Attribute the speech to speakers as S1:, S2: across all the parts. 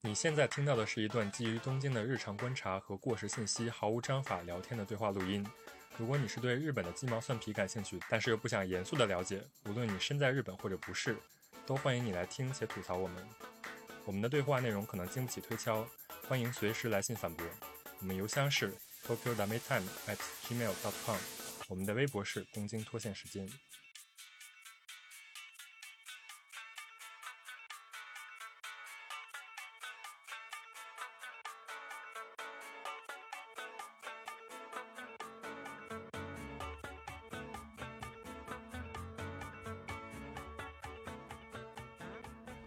S1: 你现在听到的是一段基于东京的日常观察和过时信息毫无章法聊天的对话录音。如果你是对日本的鸡毛蒜皮感兴趣，但是又不想严肃的了解，无论你身在日本或者不是，都欢迎你来听且吐槽我们。我们的对话内容可能经不起推敲，欢迎随时来信反驳。我们邮箱是 tokyo d a m e time at gmail dot com，我们的微博是东京脱线时间。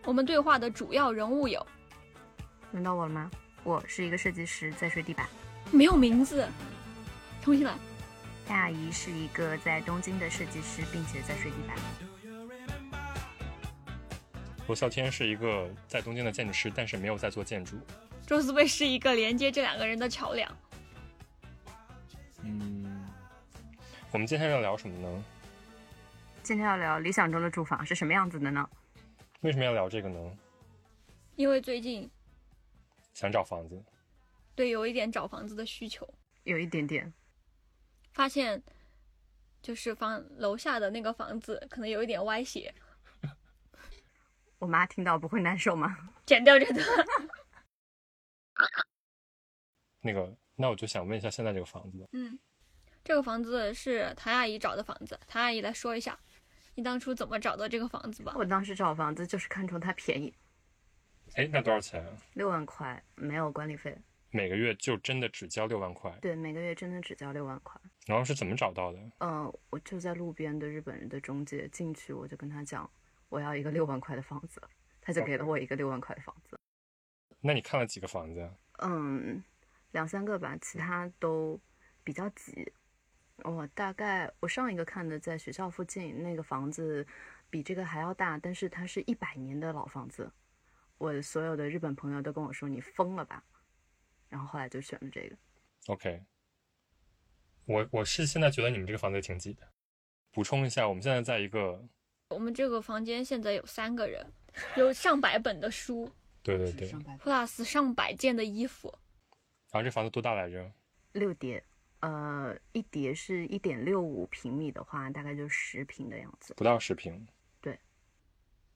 S2: 我们对话的主要人物有
S3: 轮到我了吗？我是一个设计师，在睡地板。
S2: 没有名字？重新来。
S3: 大姨是一个在东京的设计师，并且在睡地板。
S1: 罗啸天是一个在东京的建筑师，但是没有在做建筑。
S2: 周思贝是一个连接这两个人的桥梁。
S1: 嗯，我们今天要聊什么呢？
S3: 今天要聊理想中的住房是什么样子的呢？
S1: 为什么要聊这个呢？
S2: 因为最近
S1: 想找房子，
S2: 对有一点找房子的需求，
S3: 有一点点，
S2: 发现就是房楼下的那个房子可能有一点歪斜，
S3: 我妈听到不会难受吗？
S2: 剪掉这段。
S1: 那个，那我就想问一下现在这个房子，
S2: 嗯，这个房子是谭阿姨找的房子，谭阿姨来说一下你当初怎么找到这个房子吧。
S3: 我当时找房子就是看中它便宜，
S1: 哎，那多少钱啊？
S3: 六万块，没有管理费，
S1: 每个月就真的只交六万块，
S3: 对，每个月真的只交六万块。
S1: 然后是怎么找到的？
S3: 嗯、我就在路边的日本人的中介进去，我就跟他讲我要一个六万块的房子，他就给了我一个六万块的房子。
S1: 那你看了几个房子啊？
S3: 嗯，两三个吧，其他都比较挤。我大概我上一个看的在学校附近那个房子，比这个还要大，但是它是一百年的老房子。我所有的日本朋友都跟我说你疯了吧，然后后来就选了这个。
S1: OK，我我是现在觉得你们这个房子也挺挤的。补充一下，我们现在在一个，
S2: 我们这个房间现在有三个人，有上百本的书
S1: 对对对，
S3: 上
S1: 然
S3: 百
S2: ，plus 上百件的衣服，
S1: 后这房子多大来着？
S3: 六叠，呃，一叠是一点六五平米的话，大概就十平的样子。
S1: 不到十平，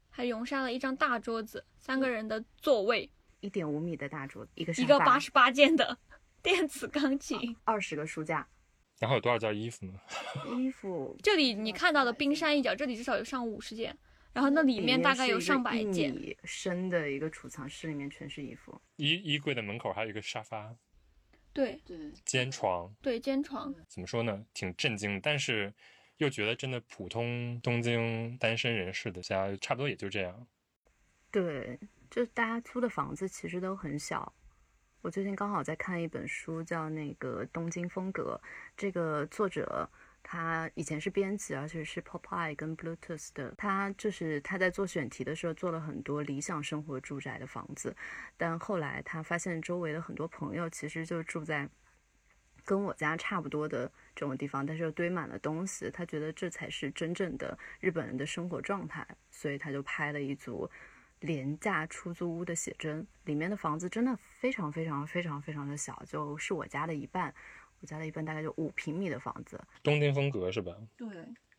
S2: 还涌上了一张大桌子，三
S3: 嗯
S2: 个人的座位，
S3: 一点五米的大桌，一个
S2: 一个
S3: 沙发
S2: 八十八件 的电子钢琴。
S3: 二十个书架，
S1: 然后有多少件衣服呢？
S3: 衣服
S2: 这里你看到的冰山一角，这里至少有上五十件，然后那里面大概有上百
S3: 是一个
S2: 件
S3: 一。米深的一个储藏室，里面全是衣服。
S1: 衣衣柜的门口还有一个沙发、
S2: 对
S3: 对，
S1: 间床，
S2: 对，间床，
S3: 嗯
S1: 怎么说呢？挺震惊的，但是又觉得真的普通东京单身人士的家差不多也就这样。
S3: 对，就大家租的房子其实都很小。我最近刚好在看一本书，叫那个《东京风格》，这个作者他以前是编辑，而且是 Popeye 跟 Bluetooth 的。他就是他在做选题的时候做了很多理想生活住宅的房子，但后来他发现周围的很多朋友其实就住在跟我家差不多的这种地方，但是又堆满了东西。他觉得这才是真正的日本人的生活状态，所以他就拍了一组廉价出租屋的写真，里面的房子真的非常非常非常非常的小，就是我家的一半。我家的一半大概就五平米的房子，
S1: 东京风格是吧？
S3: 对，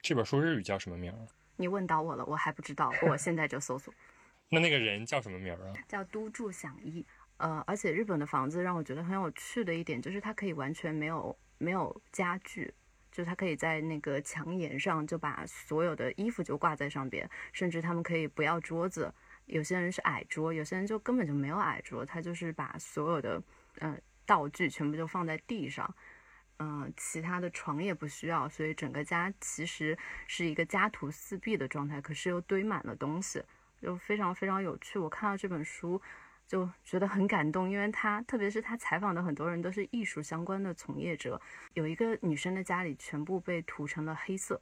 S1: 这本书日语叫什么名儿？
S3: 你问到我了，我还不知道，我现在就搜索。
S1: 那那个人叫什么名儿啊？
S3: 叫都筑响一。呃，而且日本的房子让我觉得很有趣的一点就是它可以完全没有没有家具，就是它可以在那个墙沿上就把所有的衣服就挂在上边，甚至他们可以不要桌子，有些人是矮桌，有些人就根本就没有矮桌，他就是把所有的呃道具全部就放在地上。嗯、其他的床也不需要，所以整个家其实是一个家徒四壁的状态，可是又堆满了东西，就非常非常有趣。我看到这本书就觉得很感动，因为他特别是他采访的很多人都是艺术相关的从业者，有一个女生的家里全部被涂成了黑色，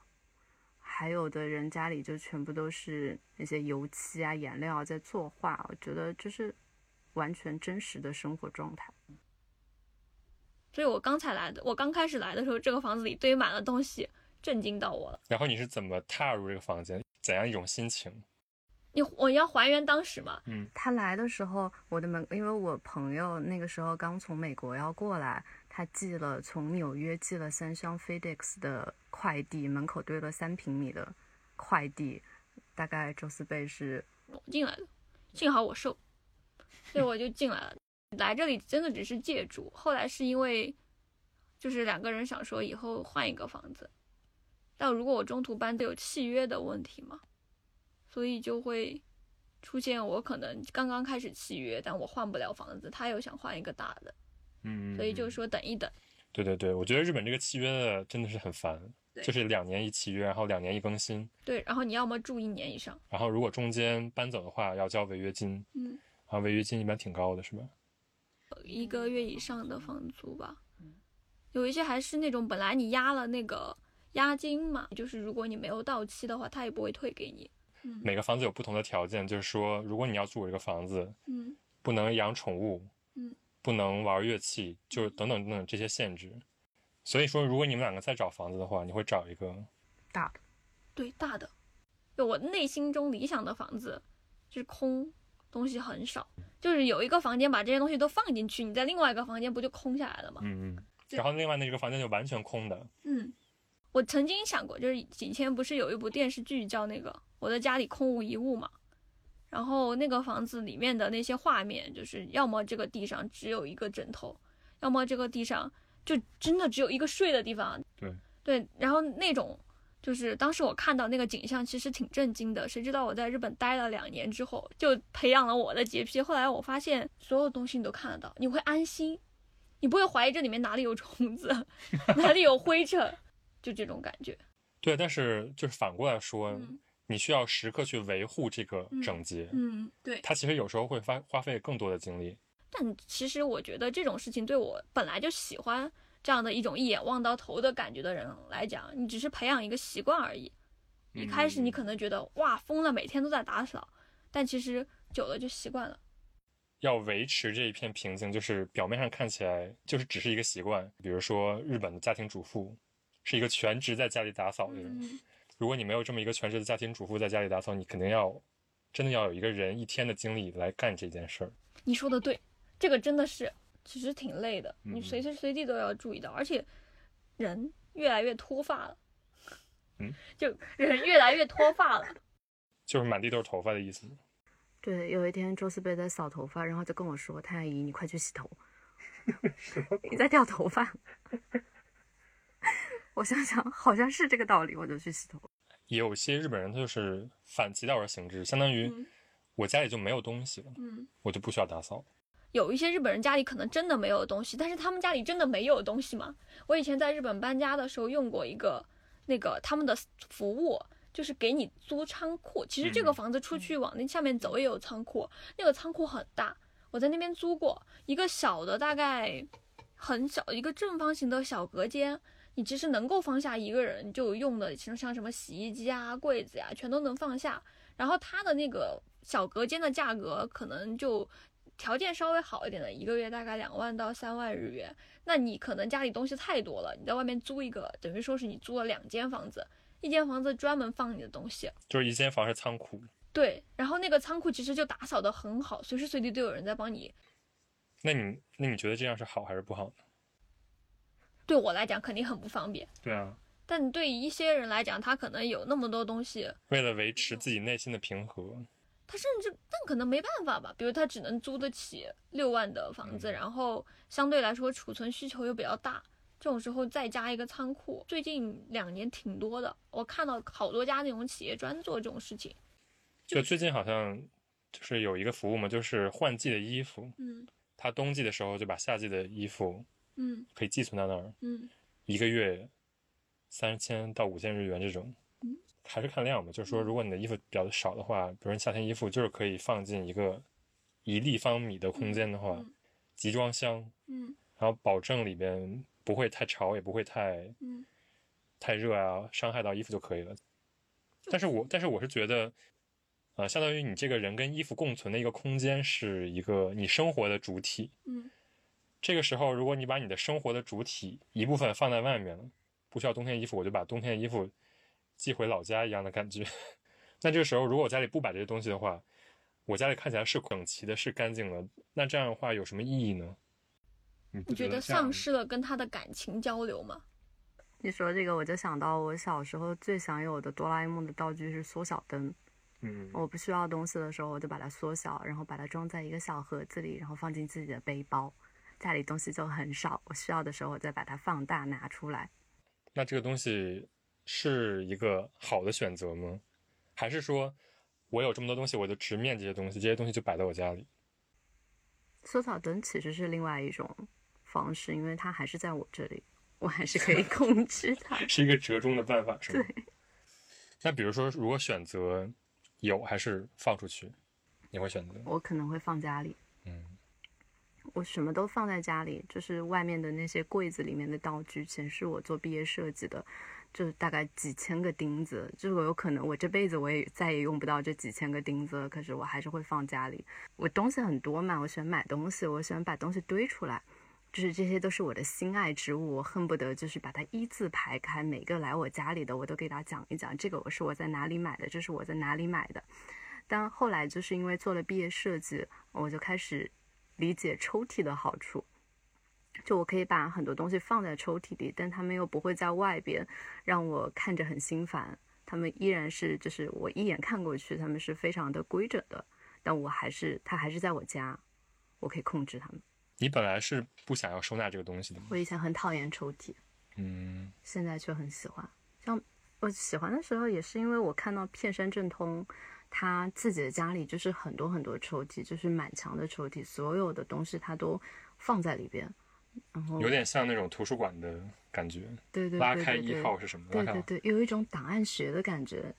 S3: 还有的人家里就全部都是那些油漆啊、颜料啊在作画。我觉得这是完全真实的生活状态。
S2: 所以我刚才来的，我刚开始来的时候，这个房子里堆满了东西，震惊到我了。
S1: 然后你是怎么踏入这个房间？怎样一种心情？
S2: 你我要还原当时嘛，
S3: 他来的时候，我的门，因为我朋友那个时候刚从美国要过来，他寄了从纽约寄了三箱 FedEx 的快递，门口堆了三平米的快递，大概周四贝是
S2: 我进来的，幸好我瘦，所以我就进来了。来这里真的只是借住，后来是因为就是两个人想说以后换一个房子，但如果我中途搬，就有契约的问题嘛，所以就会出现我可能刚刚开始契约，但我换不了房子，他又想换一个大的，
S1: 嗯，
S2: 所以就是说等一等。
S1: 对对对，我觉得日本这个契约的真的是很烦，
S2: 对
S1: 就是两年一契约，然后两年一更新，
S2: 对，然后你要么住一年以上，
S1: 然后如果中间搬走的话要交违约金，
S2: 嗯，
S1: 啊，违约金一般挺高的是吧？
S2: 呃一个月以上的房租吧。有一些还是那种本来你押了那个押金嘛，就是如果你没有到期的话，他也不会退给你。嗯
S1: 每个房子有不同的条件，就是说，如果你要住我这个房子，
S2: 嗯
S1: 不能养宠物，
S2: 嗯，
S1: 不能玩乐器，就是等等等等这些限制。所以说，如果你们两个再找房子的话，你会找一个
S3: 大的，
S2: 对，大的，就我内心中理想的房子就是空，东西很少，就是有一个房间把这些东西都放进去，你在另外一个房间不就空下来了吗？
S1: 嗯嗯，
S2: 对
S1: 然后另外那个房间就完全空的，
S2: 嗯，我曾经想过，就是以前不是有一部电视剧叫那个《我的家里空无一物》嘛，然后那个房子里面的那些画面，就是要么这个地上只有一个枕头，要么这个地上就真的只有一个睡的地方。
S1: 对
S2: 对，然后那种就是当时我看到那个景象，其实挺震惊的。谁知道我在日本待了两年之后，就培养了我的洁癖。后来我发现，所有东西你都看得到，你会安心，你不会怀疑这里面哪里有虫子， 哪里有灰尘，就这种感觉。
S1: 对。但是就是反过来说，
S2: 嗯
S1: 你需要时刻去维护这个整洁，
S2: 嗯，对。
S1: 它其实有时候会花花费更多的精力。
S2: 但其实我觉得这种事情对我本来就喜欢这样的一种一眼望到头的感觉的人来讲，你只是培养一个习惯而已。一开始你可能觉得哇疯了，每天都在打扫，但其实久了就习惯了。
S1: 要维持这一片平静，就是表面上看起来就是只是一个习惯。比如说日本的家庭主妇是一个全职在家里打扫的人，
S2: 嗯，
S1: 如果你没有这么一个全职的家庭主妇在家里打扫，你肯定要真的要有一个人一天的精力来干这件事儿。
S2: 你说的对，这个真的是其实挺累的，
S1: 嗯
S2: 你随时随地都要注意到，而且人越来越脱发了。
S1: 嗯，
S2: 就人越来越脱发了。
S1: 就是满地都是头发的意思。
S3: 对，有一天周四贝在扫头发，然后就跟我说：“太阿姨，你快去洗头，你在掉头发。” 我想想，好像是这个道理，我就去洗头。
S1: 也有些日本人他就是反其道而行之，相当于
S2: 嗯
S1: 我家里就没有东西了，
S2: 嗯。
S1: 我就不需要打扫。
S2: 有一些日本人家里可能真的没有东西，但是他们家里真的没有东西嘛。我以前在日本搬家的时候用过一个那个他们的服务，就是给你租仓库。其实这个
S1: 嗯
S2: 房子出去往那下面走也有仓库，那个仓库很大，我在那边租过一个小的，大概很小一个正方形的小隔间。你其实能够放下一个人就用的，其实像什么洗衣机啊、柜子呀、全都能放下。然后它的那个小隔间的价格可能就条件稍微好一点的，一个月大概两万到三万日元。那你可能家里东西太多了，你在外面租一个，等于说是你租了两间房子，一间房子专门放你的东西。
S1: 就是一间房是仓库，
S2: 对，然后那个仓库其实就打扫得很好，随时随地都有人在帮你。
S1: 那你那你觉得这样是好还是不好呢？
S2: 对我来讲肯定很不方便，
S1: 对啊，
S2: 但对于一些人来讲，他可能有那么多东西，
S1: 为了维持自己内心的平和，
S2: 他甚至但可能没办法吧，比如他只能租得起六万的房子，
S1: 嗯
S2: 然后相对来说储存需求又比较大，这种时候再加一个仓库，最近两年挺多的，我看到好多家那种企业专做这种事情。
S1: 就最近好像就是有一个服务嘛，就是换季的衣服，
S2: 嗯
S1: 它冬季的时候就把夏季的衣服
S2: 嗯
S1: 可以寄存到那儿，
S2: 嗯
S1: 一个月三千到五千日元这种，
S2: 嗯
S1: 还是看量吧。就是说，如果你的衣服比较少的话，比如你夏天衣服就是可以放进一个一立方米的空间的话，
S2: 嗯
S1: 集装箱，
S2: 嗯
S1: 然后保证里边不会太潮，也不会太
S2: 嗯，
S1: 太热啊，伤害到衣服就可以了。但是我但是我是觉得，呃，相当于你这个人跟衣服共存的一个空间是一个你生活的主体，
S2: 嗯，
S1: 这个时候，如果你把你的生活的主体一部分放在外面了，不需要冬天衣服，我就把冬天衣服寄回老家一样的感觉， 那这个时候，如果我家里不摆这些东西的话，我家里看起来是整齐的，是干净的，那这样的话有什么意义呢？你不
S2: 你觉得
S1: 这样
S2: 丧失了跟他的感情交流吗？
S3: 你说这个，我就想到我小时候最想有的哆啦 A 梦的道具是缩小灯。
S1: 嗯，
S3: 我不需要东西的时候，我就把它缩小，然后把它装在一个小盒子里，然后放进自己的背包。家里东西就很少，我需要的时候我再把它放大拿出来。
S1: 那这个东西是一个好的选择吗？还是说我有这么多东西，我就直面这些东西，这些东西就摆在我家里？
S3: 缩小灯其实是另外一种方式，因为它还是在我这里，我还是可以 控制它。
S1: 是一个折中的办法，是吗？那比如说，如果选择有还是放出去，你会选择？
S3: 我可能会放家里，
S1: 嗯，
S3: 我什么都放在家里，就是外面的那些柜子里面的道具，全是我做毕业设计的，就是大概几千个钉子，就是我有可能我这辈子我也再也用不到这几千个钉子了，可是我还是会放家里。我东西很多嘛，我喜欢买东西，我喜欢把东西堆出来。就是这些都是我的心爱之物，我恨不得就是把它一字排开，每个来我家里的我都给大家讲一讲，这个我是我在哪里买的，这是我在哪里买的。但后来就是因为做了毕业设计，我就开始理解抽屉的好处。就我可以把很多东西放在抽屉里，但它们又不会在外边让我看着很心烦。它们依然是，就是我一眼看过去，它们是非常的规整的，但我还是它还是在我家，我可以控制它们。
S1: 你本来是不想要收纳这个东西的吗？
S3: 我以前很讨厌抽屉，
S1: 嗯，
S3: 现在却很喜欢。像我喜欢的时候，也是因为我看到片山正通他自己的家里就是很多很多抽屉，就是满墙的抽屉，所有的东西他都放在里边。然后
S1: 有点像那种图书馆的感觉，
S3: 对对
S1: 拉
S3: 对
S1: 开
S3: 对
S1: 一
S3: 对
S1: 号是什么？
S3: 对
S1: 拉开
S3: 对对，有一种档案学的感觉。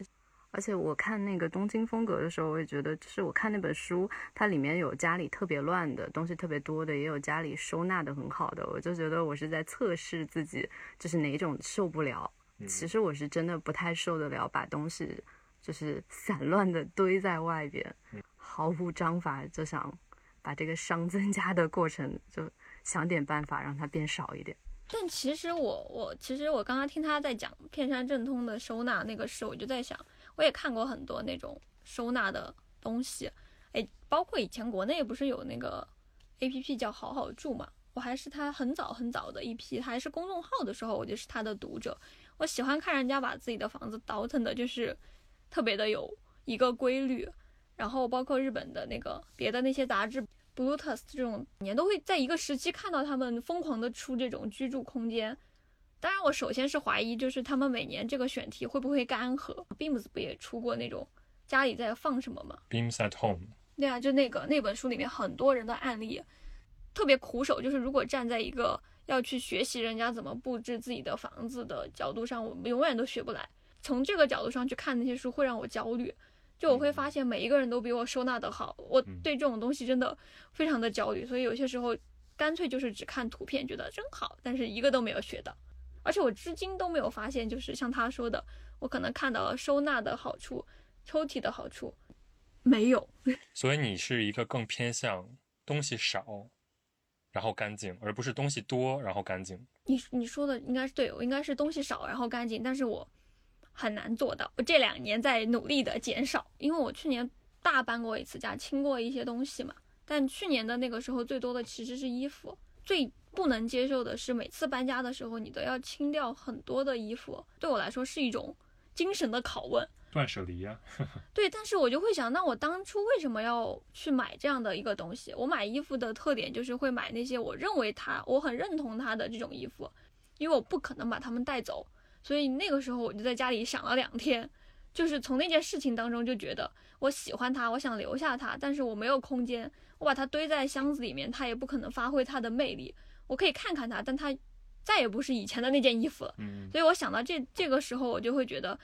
S3: 而且我看那个东京风格的时候，我也觉得，就是我看那本书，它里面有家里特别乱的东西特别多的，也有家里收纳的很好的，我就觉得我是在测试自己，就是哪一种受不了。其实我是真的不太受得了把东西就是散乱的堆在外边，毫无章法，就想把这个熵增加的过程，就想点办法让它变少一点。
S2: 但其实我我其实我刚刚听他在讲片山正通的收纳那个事，我就在想，我也看过很多那种收纳的东西，哎，包括以前国内不是有那个 A P P 叫好好住嘛，我还是他很早很早的一批，还是公众号的时候，我就是他的读者，我喜欢看人家把自己的房子倒腾的，就是特别的有一个规律，然后包括日本的那个别的那些杂志 Bluetooth 这种，你都会在一个时期看到他们疯狂的出这种居住空间。当然，我首先是怀疑，就是他们每年这个选题会不会干涸？Beams 不也出过那种家里在放什么吗？
S1: Beams at Home，
S2: 对啊，就那个那本书里面很多人的案例，特别苦手。就是如果站在一个要去学习人家怎么布置自己的房子的角度上，我们永远都学不来。从这个角度上去看那些书，会让我焦虑。就我会发现每一个人都比我收纳的好，我对这种东西真的非常的焦虑。所以有些时候干脆就是只看图片，觉得真好，但是一个都没有学到。而且我至今都没有发现，就是像他说的，我可能看到了收纳的好处、抽屉的好处，没有。
S1: 所以你是一个更偏向东西少，然后干净，而不是东西多然后干净。
S2: 你你说的应该是对，我应该是东西少，然后干净，但是我很难做到。我这两年在努力的减少，因为我去年大搬过一次家，清过一些东西嘛。但去年的那个时候，最多的其实是衣服。最不能接受的是，每次搬家的时候，你都要清掉很多的衣服，对我来说是一种精神的拷问。
S1: 断舍离啊呀、
S2: 对，但是我就会想，那我当初为什么要去买这样的一个东西？我买衣服的特点就是会买那些我认为它，我很认同它的这种衣服，因为我不可能把它们带走。所以那个时候我就在家里想了两天，就是从那件事情当中就觉得我喜欢它，我想留下它，但是我没有空间，我把它堆在箱子里面，它也不可能发挥它的魅力。我可以看看它，但它再也不是以前的那件衣服了。
S1: 嗯，
S2: 所以我想到这这个时候，我就会觉得，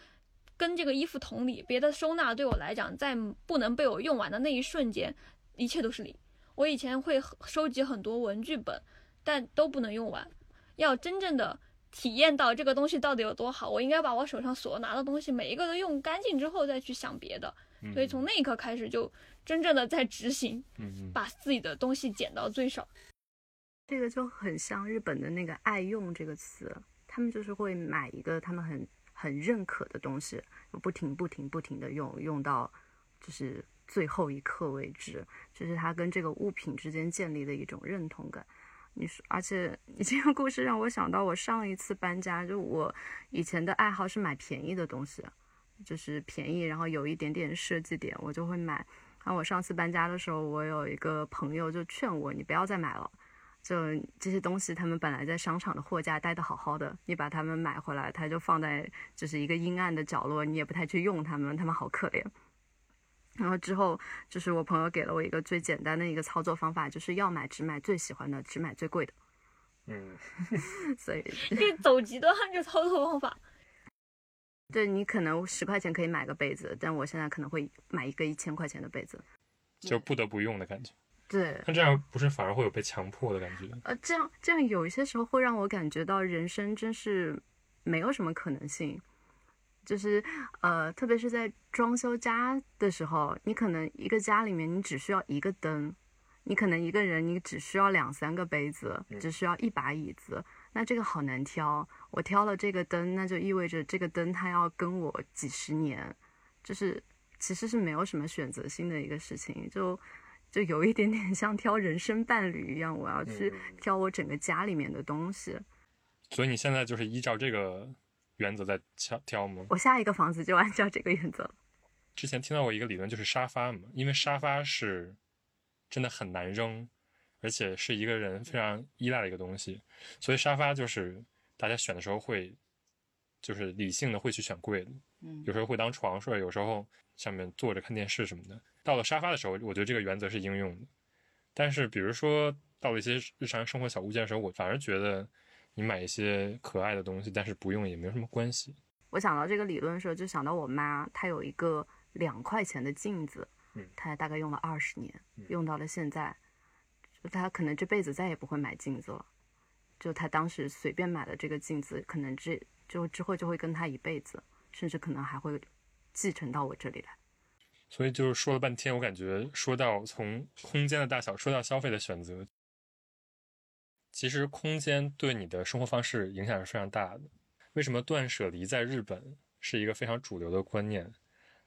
S2: 跟这个衣服同理，别的收纳对我来讲，在不能被我用完的那一瞬间，一切都是零。我以前会收集很多文具本，但都不能用完。要真正的体验到这个东西到底有多好，我应该把我手上所拿的东西每一个都用干净之后，再去想别的。
S1: 嗯
S2: 所以从那一刻开始，就真正的在执行，
S1: 嗯嗯
S2: 把自己的东西减到最少。
S3: 这个就很像日本的那个“爱用”这个词，他们就是会买一个他们很很认可的东西，不停不停不停的用，用到就是最后一刻为止，就是它跟这个物品之间建立的一种认同感。你说，而且你这个故事让我想到我上一次搬家，就我以前的爱好是买便宜的东西，就是便宜，然后有一点点设计点，我就会买。然后我上次搬家的时候，我有一个朋友就劝我，你不要再买了，就这些东西，他们本来在商场的货架待得好好的，你把它们买回来，它就放在就是一个阴暗的角落，你也不太去用它们，它们好可怜。然后之后就是我朋友给了我一个最简单的一个操作方法，就是要买只买最喜欢的，只买最贵的。
S1: 嗯，
S3: 所以
S2: 这走极端这操作方法，
S3: 对你可能十块钱可以买个杯子，但我现在可能会买一个一千块钱的杯子。
S1: 就不得不用的感觉。
S3: 对，
S1: 那这样不是反而会有被强迫的感觉？
S3: 呃，这样这样有一些时候会让我感觉到人生真是没有什么可能性，就是呃，特别是在装修家的时候，你可能一个家里面你只需要一个灯，你可能一个人你只需要两三个杯子，只需要一把椅子，那这个好难挑。我挑了这个灯，那就意味着这个灯它要跟我几十年，就是其实是没有什么选择性的一个事情，就。就有一点点 像挑人生伴侣一样，我要去
S1: 嗯嗯嗯
S3: 挑我整个家里面的东西。
S1: 所以你现在就是依照这个原则在挑挑吗？
S3: 我下一个房子就按照这个原则了。
S1: 之前听到过一个理论，就是沙发嘛，因为沙发是真的很难扔，而且是一个人非常依赖的一个东西，所以沙发就是大家选的时候会，就是理性的会去选贵的，
S3: 嗯
S1: 有时候会当床睡，有时候上面坐着看电视什么的。到了沙发的时候，我觉得这个原则是应用的，但是比如说到了一些日常生活小物件的时候，我反而觉得你买一些可爱的东西，但是不用也没有什么关系。
S3: 我想到这个理论的时候，就想到我妈，她有一个两块钱的镜子
S1: 嗯，
S3: 她大概用了二十年
S1: 嗯，
S3: 用到了现在，就她可能这辈子再也不会买镜子了。就她当时随便买的这个镜子，可能这就之后就会跟她一辈子，甚至可能还会继承到我这里来。
S1: 所以就是说了半天，我感觉说到从空间的大小说到消费的选择，其实空间对你的生活方式影响是非常大的。为什么断舍离在日本是一个非常主流的观念？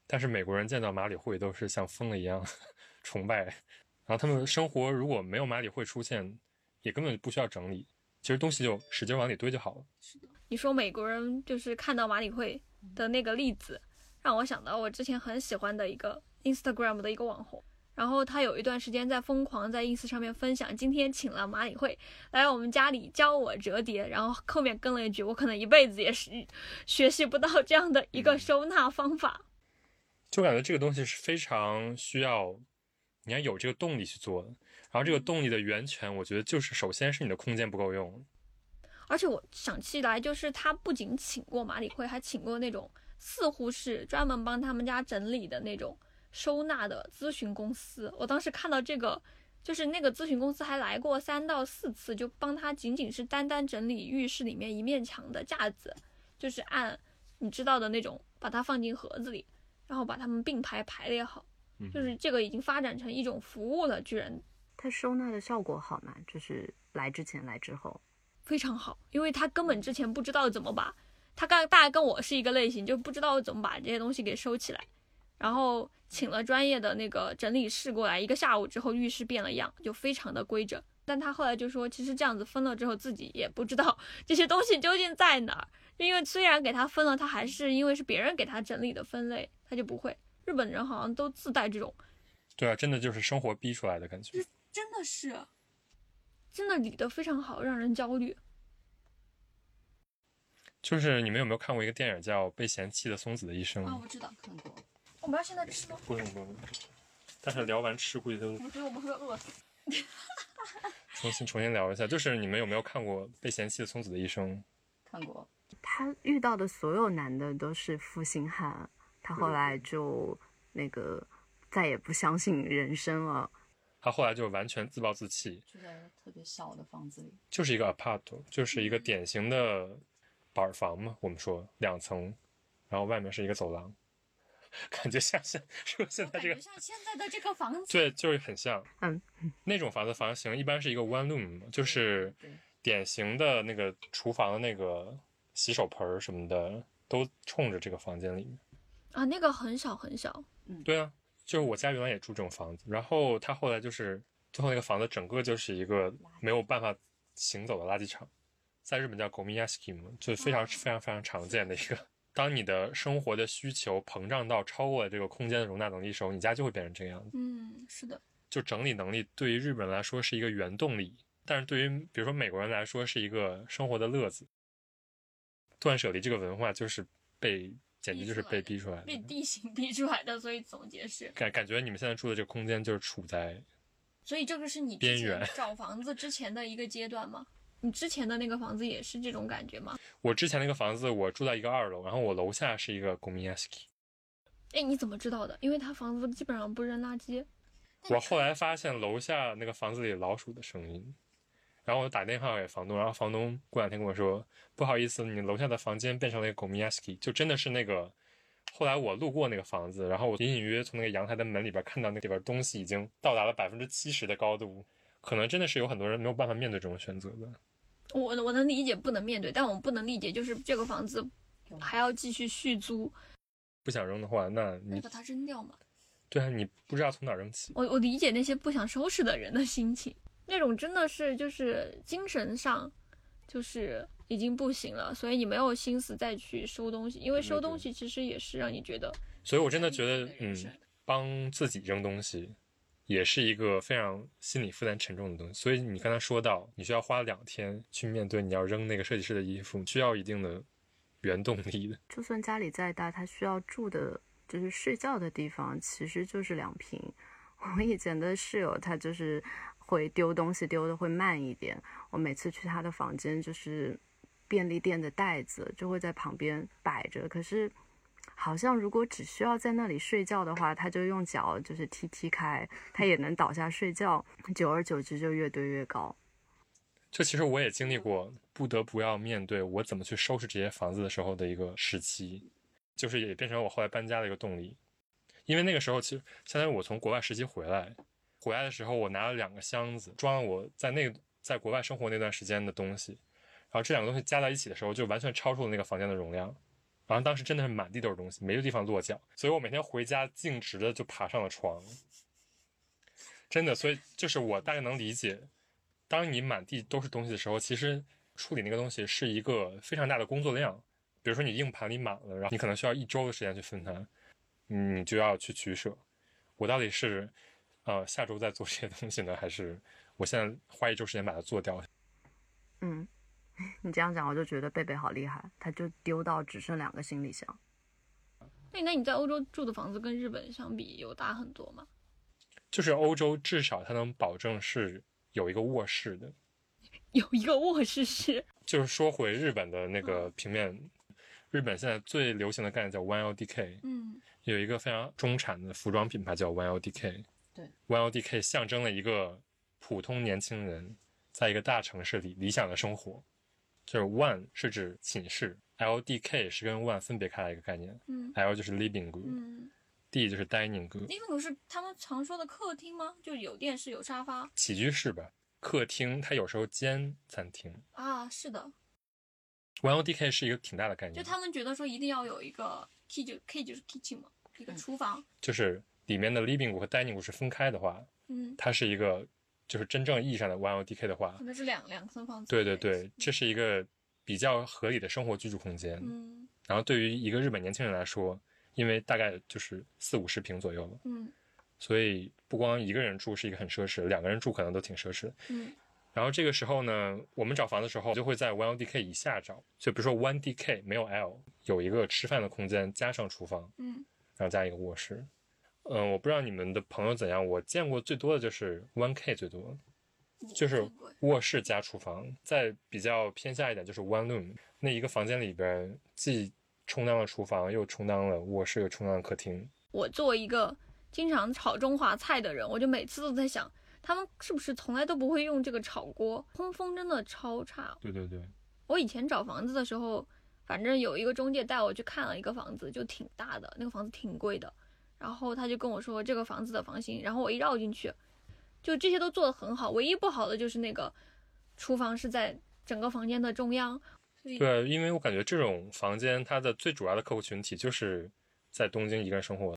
S1: 但是美国人见到马里会都是像疯了一样 崇拜，然后他们生活如果没有马里会出现，也根本不需要整理，其实东西就使劲往里堆就好了。
S2: 你说美国人就是看到马里会的那个例子，让我想到我之前很喜欢的一个 Instagram 的一个网红，然后他有一段时间在疯狂在 ins 上面分享，今天请了马里会来我们家里教我折叠，然后后面跟了一句，我可能一辈子也是学习不到这样的一个收纳方法。
S1: 就感觉这个东西是非常需要你要有这个动力去做的。然后这个动力的源泉，我觉得就是首先是你的空间不够用，
S2: 而且我想起来，就是他不仅请过马里会，还请过那种似乎是专门帮他们家整理的那种收纳的咨询公司。我当时看到这个，就是那个咨询公司还来过三到四次，就帮他仅仅是单单整理浴室里面一面墙的架子，就是按你知道的那种，把它放进盒子里，然后把它们并排排列好。
S1: 嗯
S2: 就是这个已经发展成一种服务了，居然
S3: 它收纳的效果好吗？就是来之前来之后。
S2: 非常好，因为他根本之前不知道怎么把，他大大概跟我是一个类型，就不知道怎么把这些东西给收起来，然后请了专业的那个整理师过来，一个下午之后浴室变了样，就非常的规整。但他后来就说，其实这样子分了之后，自己也不知道这些东西究竟在哪儿，因为虽然给他分了，他还是因为是别人给他整理的分类，他就不会。日本人好像都自带这种
S1: 对啊，真的就是生活逼出来的感觉。
S2: 真的是，真的理得非常好，让人焦虑。
S1: 就是你们有没有看过一个电影叫《被嫌弃的松子的一生》？
S2: 啊知道，
S3: 看过。
S2: 我们要现在吃吗？
S1: 不用不用，但是聊完吃估计都
S2: 我觉得我们会饿死。
S1: 重新重新聊一下。就是你们有没有看过《被嫌弃的松子的一生
S4: 看过，
S3: 他遇到的所有男的都是负心汉，他后来就那个再也不相信人生了。》？
S1: 他后来就完全自暴自弃，
S4: 住在特别小的房子里，
S1: 就是一个 apart，就是
S4: 嗯
S1: 一个典型的板儿房嘛，我们说两层，然后外面是一个走廊， 感觉像现是不是现在这个
S4: 像现在的这个房子
S1: 对，就是很像，
S3: 嗯，
S1: 那种房子房型一般是一个 one room，就是典型的那个厨房的那个洗手盆儿什么的，都冲着这个房间里面。
S2: 啊，那个很小很小，
S1: 对啊，就是我家原来也住这种房子，然后他后来就是最后那个房子整个就是一个没有办法行走的垃圾场，在日本叫 gomiyaski，就是非常非常非常常见的一个。 当你的生活的需求膨胀到超过了这个空间的容纳能力的时候，你家就会变成这个样子。
S2: 嗯，是的，
S1: 就整理能力对于日本人来说是一个原动力，但是对于比如说美国人来说是一个生活的乐子。断舍离这个文化就是被简直就是被逼出来
S2: 被
S1: 的，
S2: 地形逼出来的，所以总结是，
S1: 感感觉你们现在住的这个空间就是处在
S2: 所以这个是你
S1: 边
S2: 之前
S1: 缘
S2: 找房子之前的一个阶段吗？你之前的那个房子也是这种感觉吗？
S1: 我之前那个房子，我住在一个二楼，然后我楼下是一个 g o m i y a s k i
S2: 哎，你怎么知道的？因为他房子基本上不扔垃圾。
S1: 我后来发现楼下那个房子里有老鼠的声音，然后我打电话给房东，然后房东过两天跟我说，不好意思，你楼下的房间变成了一个 g o m i y a s k i 就真的是那个。后来我路过那个房子，然后我隐隐约约从那个阳台的门里边看到那里边东西已经到达了百分之七十的高度，可能真的是有很多人没有办法面对这种选择的。
S2: 我我能理解不能面对，但我不能理解就是这个房子还要继续续租，
S1: 不想扔的话，那
S2: 那
S1: 你
S2: 把它扔掉嘛。
S1: 对啊，你不知道从哪儿扔起。
S2: 我我理解那些不想收拾的人的心情，那种真的是就是精神上就是已经不行了，所以你没有心思再去收东西，因为
S1: 对
S2: 收
S1: 对
S2: 东西其实也是让你觉得
S1: 所以我真的觉得
S4: 对，
S1: 嗯
S4: 是，
S1: 帮自己扔东西，也是一个非常心理负担沉重的东西。所以你刚才说到，你需要花两天去面对你要扔那个设计师的衣服，需要一定的原动力的。
S3: 就算家里再大，他需要住的，就是睡觉的地方，其实就是两平。 我以前的室友，他就是会丢东西，丢的会慢一点。我每次去他的房间，就是便利店的袋子就会在旁边摆着，可是。好像如果只需要在那里睡觉的话，他就用脚就是踢踢开，他也能倒下睡觉。久而久之就越堆越高。
S1: 这其实我也经历过，不得不要面对我怎么去收拾这些房子的时候的一个时期，就是也变成我后来搬家的一个动力。因为那个时候其实相当于我从国外实习回来，回来的时候我拿了两个箱子，装了我在那个在国外生活那段时间的东西，然后这两个东西加在一起的时候，就完全超出了那个房间的容量。然后当时真的是满地都是东西，没有地方落脚，所以我每天回家径直的就爬上了床，真的，所以就是我大概能理解，当你满地都是东西的时候，其实处理那个东西是一个非常大的工作量。比如说你硬盘里满了，然后你可能需要一周的时间去分摊，你就要去取舍。我到底是呃下周再做这些东西呢，还是我现在花一周时间把它做掉？
S3: 嗯， 你这样讲我就觉得贝贝好厉害，他就丢到只剩两个行李箱。
S2: 那那你在欧洲住的房子跟日本相比有大很多吗？
S1: 就是欧洲至少它能保证是有一个卧室的。
S2: 有一个卧室是
S1: 就是说回日本的那个平面，日本现在最流行的概念叫 One LDK，
S2: 嗯，
S1: 有一个非常中产的服装品牌叫 One LDK。
S4: 对
S1: ，One LDK 象征了一个普通年轻人在一个大城市里理想的生活。就是 One 是指寝室，LDK 是跟 One 分别开来一个概念。
S2: 嗯
S1: ，L 就是 living room，、
S2: 嗯，
S1: D 就是 dining room，
S2: 那个是他们常说的客厅吗？就有电视有沙发
S1: 起居室吧。客厅它有时候兼餐厅。
S2: 啊？是的，
S1: One LDK 是一个挺大的概念，
S2: 就他们觉得说一定要有一个 k 就 k 就是 kitchen 嘛，一个
S4: 嗯
S2: 厨房，
S1: 就是里面的 living room 和 dining room 是分开的话，
S2: 嗯，
S1: 它是一个就是真正意义上的 One LDK 的话
S2: 可，能是两两层房子。
S1: 对对对，这是一个比较合理的生活居住空间。
S2: 嗯
S1: 然后对于一个日本年轻人来说，因为大概就是四五十平左右了，
S2: 嗯
S1: 所以不光一个人住是一个很奢侈，两个人住可能都挺奢侈的。
S2: 嗯
S1: 然后这个时候呢，我们找房的时候就会在 one DK 以下找，就比如说 one DK 没有 L，有一个吃饭的空间加上厨房，
S2: 嗯，
S1: 然后加一个卧室。嗯，我不知道你们的朋友怎样，我见过最多的就是 one K 最多，
S2: 嗯
S1: 就是卧室加厨房，再比较偏下一点就是 one room，那一个房间里边既充当了厨房，又充当了卧室，又充当了客厅。
S2: 我作为一个经常炒中华菜的人，我就每次都在想，他们是不是从来都不会用这个炒锅？通风真的超差。
S1: 对对对，
S2: 我以前找房子的时候，反正有一个中介带我去看了一个房子，就挺大的，那个房子挺贵的。然后他就跟我说这个房子的房型，然后我一绕进去，就这些都做得很好，唯一不好的就是那个厨房是在整个房间的中央，以
S1: 对，因为我感觉这种房间它的最主要的客户群体就是在东京一个人生活，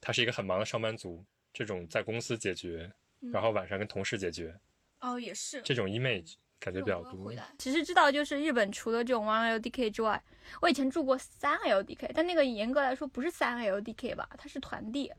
S1: 他是一个很忙的上班族，这种在公司解决，
S2: 嗯
S1: 然后晚上跟同事解决，
S2: 哦也是
S1: 这种 image 感觉比较
S2: 这种
S1: 多
S2: 回。来。其实知道就是日本除了这种 one LDK 之外，我以前住过三 LDK，但那个严格来说不是三 LDK 吧，它是团地。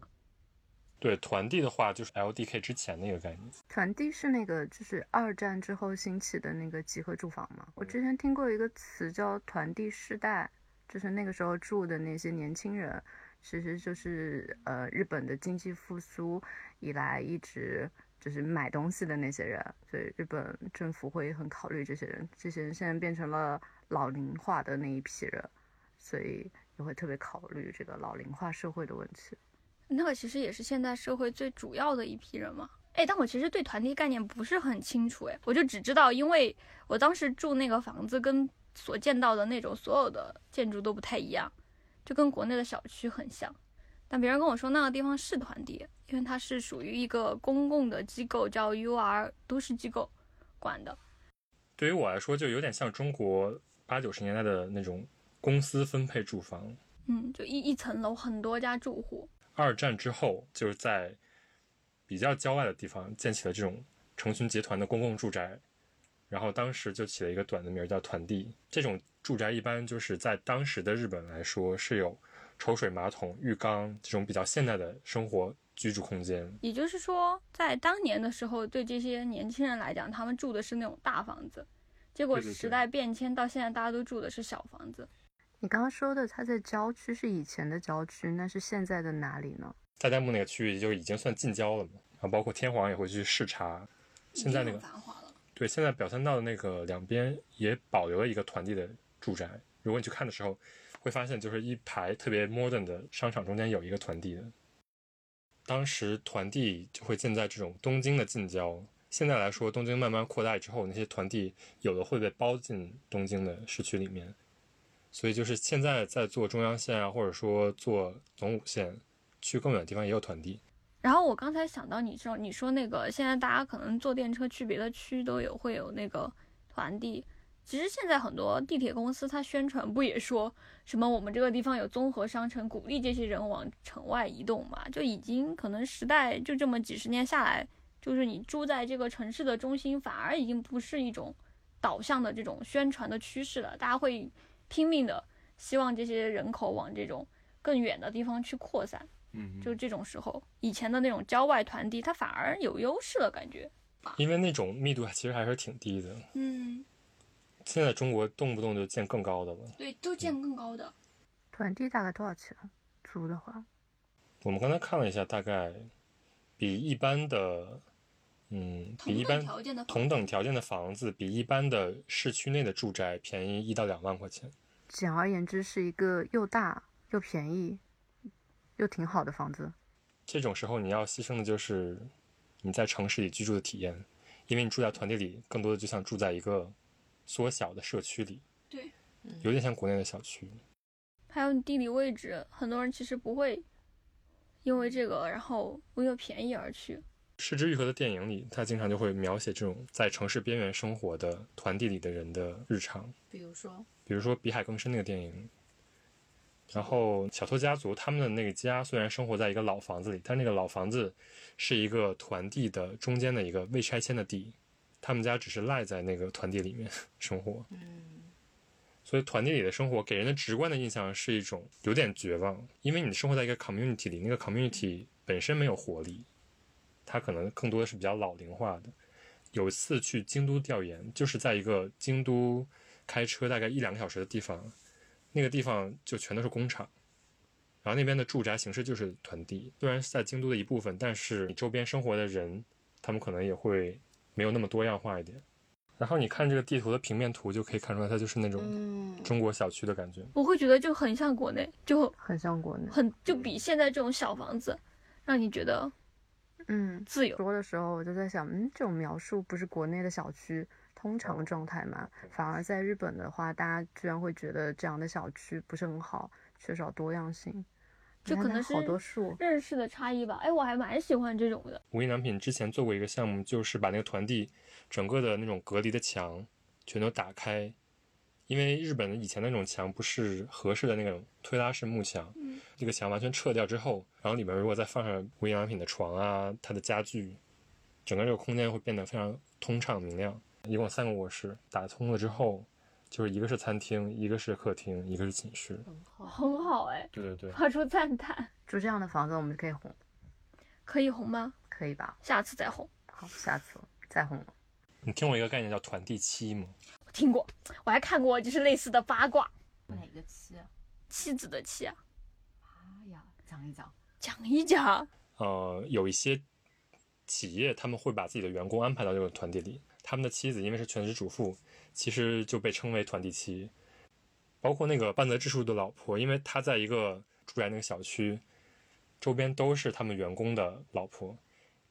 S1: 对，团地的话就是 LDK 之前那个概念，
S3: 团地是那个就是二战之后兴起的那个集合住房嘛？我之前听过一个词叫团地世代，就是那个时候住的那些年轻人，其实就是呃日本的经济复苏以来一直就是买东西的那些人，所以日本政府会很考虑这些人，这些人现在变成了老龄化的那一批人，所以也会特别考虑这个老龄化社会的问题。
S2: 那个其实也是现代社会最主要的一批人嘛。哎，但我其实对团地概念不是很清楚，哎，我就只知道，因为我当时住那个房子跟所见到的那种所有的建筑都不太一样，就跟国内的小区很像。但别人跟我说那个地方是团地，因为它是属于一个公共的机构，叫 UR 都市机构管的。
S1: 对于我来说就有点像中国八九十年代的那种公司分配住房。
S2: 嗯，就一一层楼很多家住户，
S1: 二战之后就是在比较郊外的地方建起了这种成群结团的公共住宅，然后当时就起了一个短的名儿叫团地。这种住宅一般就是在当时的日本来说是有抽水马桶、浴缸这种比较现代的生活居住空间。
S2: 也就是说，在当年的时候，对这些年轻人来讲，他们住的是那种大房子，结果
S1: 对对对
S2: 时代变迁，到现在大家都住的是小房子。
S3: 你刚刚说的，它在郊区是以前的郊区，那是现在的哪里呢？
S1: 在代木那个区域就已经算近郊了嘛，然后包括天皇也会去视察。现在那
S4: 已
S1: 个
S4: 经很繁华了，
S1: 对，现在表参道的那个两边也保留了一个团地的住宅。如果你去看的时候，会发现就是一排特别 modern 的商场中间有一个团地的。当时团地就会建在这种东京的近郊。现在来说，东京慢慢扩大之后，那些团地有的会被包进东京的市区里面。所以就是现在在做中央线啊，或者说做总武线，去更远的地方也有团地。
S2: 然后我刚才想到你说，你说那个现在大家可能坐电车去别的区都有会有那个团地，其实现在很多地铁公司它宣传不也说什么我们这个地方有综合商城，鼓励这些人往城外移动嘛？就已经可能时代就这么几十年下来，就是你住在这个城市的中心，反而已经不是一种导向的这种宣传的趋势了，大家会拼命的希望这些人口往这种更远的地方去扩散。
S1: 嗯
S2: 就这种时候，以前的那种郊外团地，它反而有优势了，感觉。
S1: 因为那种密度其实还是挺低的。
S2: 嗯，
S1: 现在中国动不动就建更高的了。
S4: 对，都建更高的，
S3: 团地大概多少钱？租的话，
S1: 我们刚才看了一下，大概比一般的，嗯，
S4: 同
S1: 比一
S4: 等
S1: 般
S4: 条件的
S1: 同等条件的房子，比一般的市区内的住宅便宜一到两万块钱。
S3: 简而言之是一个又大又便宜又挺好的房子。
S1: 这种时候，你要牺牲的就是你在城市里居住的体验，因为你住在团体里，更多的就像住在一个缩小的社区里，
S4: 对，
S1: 有点像国内的小区。
S2: 还有你地理位置，很多人其实不会因为这个，然后为了便宜而去。
S1: 失之愈合的电影里，他经常就会描写这种在城市边缘生活的团地里的人的日常。
S4: 比如说
S1: 比如说《比海更深》那个电影，然后小偷家族他们的那个家虽然生活在一个老房子里，但那个老房子是一个团地的中间的一个未拆迁的地，他们家只是赖在那个团地里面 生活，
S4: 嗯，
S1: 所以团地里的生活给人的直观的印象是一种有点绝望，因为你生活在一个 community 里，那个 community 本身没有活力，它可能更多的是比较老龄化的。有一次去京都调研，就是在一个京都开车大概一两个小时的地方，那个地方就全都是工厂，然后那边的住宅形式就是团地，虽然是在京都的一部分，但是你周边生活的人，他们可能也会没有那么多样化一点。然后你看这个地图的平面图，就可以看出来它就是那种
S4: 嗯，
S1: 中国小区的感觉。
S2: 我会觉得就很像国内，就
S3: 很像国内，
S2: 很就比现在这种小房子，让你觉得
S3: 嗯，
S2: 自由。
S3: 说的时候我就在想，嗯，这种描述不是国内的小区通常状态嘛？反而在日本的话，大家居然会觉得这样的小区不是很好，缺少多样性。
S2: 就
S3: 你
S2: 可
S3: 看它
S2: 能
S3: 好
S2: 是
S3: 多树，
S2: 认识的差异吧，哎，我还蛮喜欢这种的。
S1: 无印良品之前做过一个项目，就是把那个团地整个的那种隔离的墙全都打开，因为日本的以前那种墙不是合适的那种推拉式木墙，
S4: 嗯
S1: 这个墙完全撤掉之后，然后里面如果再放上无印良品的床啊，它的家具，整个这个空间会变得非常通畅明亮。一共有三个卧室，打通了之后，就是一个是餐厅，一个是客厅，一个是寝室。
S3: 很好。
S2: 很好 哎，
S1: 对对对，
S2: 发出赞叹，
S3: 住这样的房子，我们就可以红，
S2: 可以红吗？
S3: 可以吧？
S2: 下次再红。
S3: 好，下次再红了。
S1: 你听过一个概念叫团地妻吗？
S2: 我听过，我还看过就是类似的八卦，
S1: 哪
S3: 个期啊？
S2: 妻子的妻啊，
S3: 呀，讲一讲。
S2: 讲一讲。
S1: 呃，有一些企业他们会把自己的员工安排到这个团体里，他们的妻子因为是全职主妇，其实就被称为团体妻。包括那个半泽直树的老婆，因为她在一个住在那个小区，周边都是他们员工的老婆，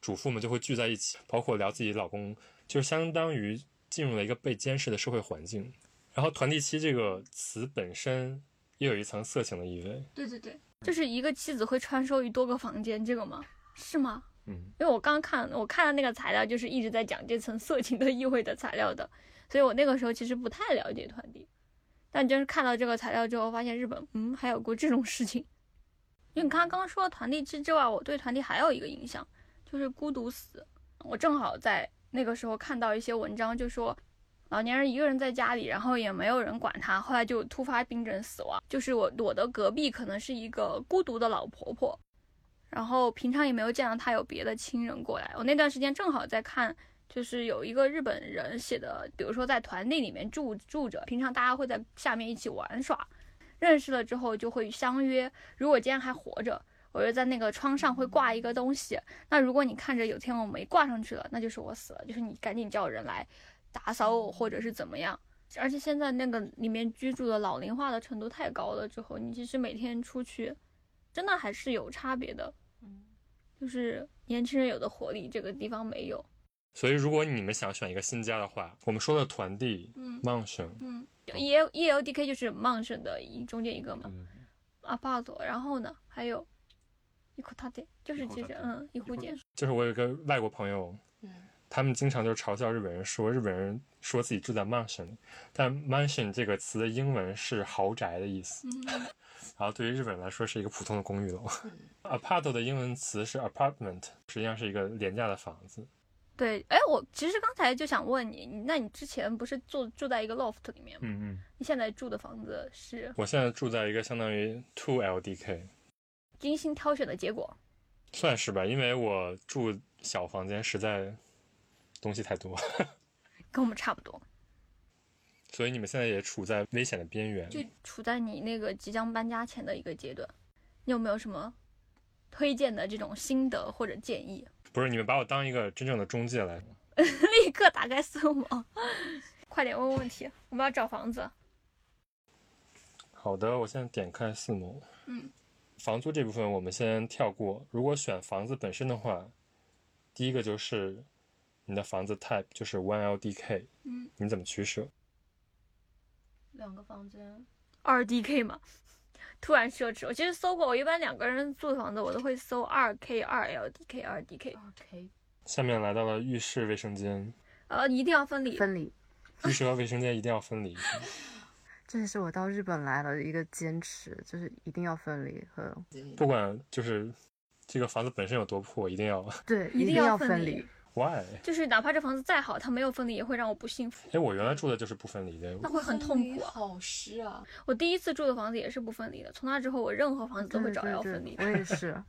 S1: 主妇们就会聚在一起，包括聊自己老公，就是相当于进入了一个被监视的社会环境。然后“团体妻”这个词本身也有一层色情的意味，
S4: 对对对，
S2: 就是一个妻子会穿梭于多个房间，这个吗？是吗？
S1: 嗯，
S2: 因为我刚看我看的那个材料，就是一直在讲这层色情的意味的材料的，所以我那个时候其实不太了解团体，但就是看到这个材料之后，发现日本嗯还有过这种事情。因为你刚刚刚说的团体制之外，我对团体还有一个印象就是孤独死。我正好在那个时候看到一些文章，就说老年人一个人在家里，然后也没有人管他，后来就突发病症死亡。就是我我的隔壁可能是一个孤独的老婆婆，然后平常也没有见到他有别的亲人过来。我那段时间正好在看，就是有一个日本人写的，比如说在团地里面住住着，平常大家会在下面一起玩耍，认识了之后就会相约，如果今天还活着。我就在那个窗上会挂一个东西，那如果你看着有天我没挂上去了，那就是我死了，就是你赶紧叫人来打扫我，或者是怎么样。而且现在那个里面居住的老龄化的程度太高了，之后你其实每天出去，真的还是有差别的。就是年轻人有的活力，这个地方没有。
S1: 所以如果你们想选一个新家的话，我们说的团地
S4: 嗯
S1: mansion，
S4: 嗯，
S2: E L E L D K 就是 mansion 的一中间一个嘛
S1: 嗯，
S2: ，apart，然后呢还有一口塔点，就是其实
S5: Ikotate
S2: 嗯一户建，
S1: 就是我有一个外国朋友，
S4: 嗯，
S1: 他们经常就是嘲笑日本人说日本人说自己住在 mansion，但 mansion 这个词的英文是豪宅的意思，
S4: 嗯
S1: 然后对于日本人来说是一个普通的公寓楼。
S4: 嗯
S1: apart 的英文词是 apartment，实际上是一个廉价的房子。
S2: 对，哎，我其实刚才就想问你，你那你之前不是住住在一个 loft 里面吗？
S1: 嗯嗯，
S2: 你现在住的房子是
S1: 我现在住在一个相当于 two LDK，
S2: 精心挑选的结果？
S1: 算是吧，因为我住小房间实在东西太多，
S2: 跟我们差不多，
S1: 所以你们现在也处在危险的边缘。
S4: 就
S2: 处在你那个即将搬家前的一个阶段，你有没有什么推荐的这种心得或者建议？
S1: 不是你们把我当一个真正的中介来，
S2: 立刻打开搜网，快点问问题，我们要找房子。
S1: 好的，我现在点开四模。
S4: 嗯，
S1: 房租这部分我们先跳过。如果选房子本身的话，第一个就是你的房子 type 就是 one LDK，
S4: 嗯，
S1: 你怎么取舍？
S3: 两个房间，
S2: 二 DK 嘛，突然奢侈。我其实搜过，我一般两个人住的房子，我都会搜二 K、二 LDK、二 DK。
S3: 二 K
S1: 下面来到了浴室、卫 生间，
S2: 呃，你一定要分离。
S3: 分离。
S1: 浴室和卫生间一定 要分离。
S3: 这也是我到日本来了一个坚持，就是一定要分离和
S1: 不管就是这个房子本身有多破，一定要
S3: 对，
S2: 一
S3: 一
S2: 定
S3: 定
S2: 要分
S3: 分
S2: 离。
S1: why？
S2: 就是哪怕这房子再好，它没有分离也会让我不幸福，
S1: 哎，我原来住的就是不分离的，
S2: 那会很痛苦啊。
S4: 好湿啊，
S2: 我第一次住的房子也是不分离的，从那之后我任何房子都
S3: 对
S2: 会
S3: 对
S2: 找要分离
S3: 对
S2: 的。
S3: 我也是，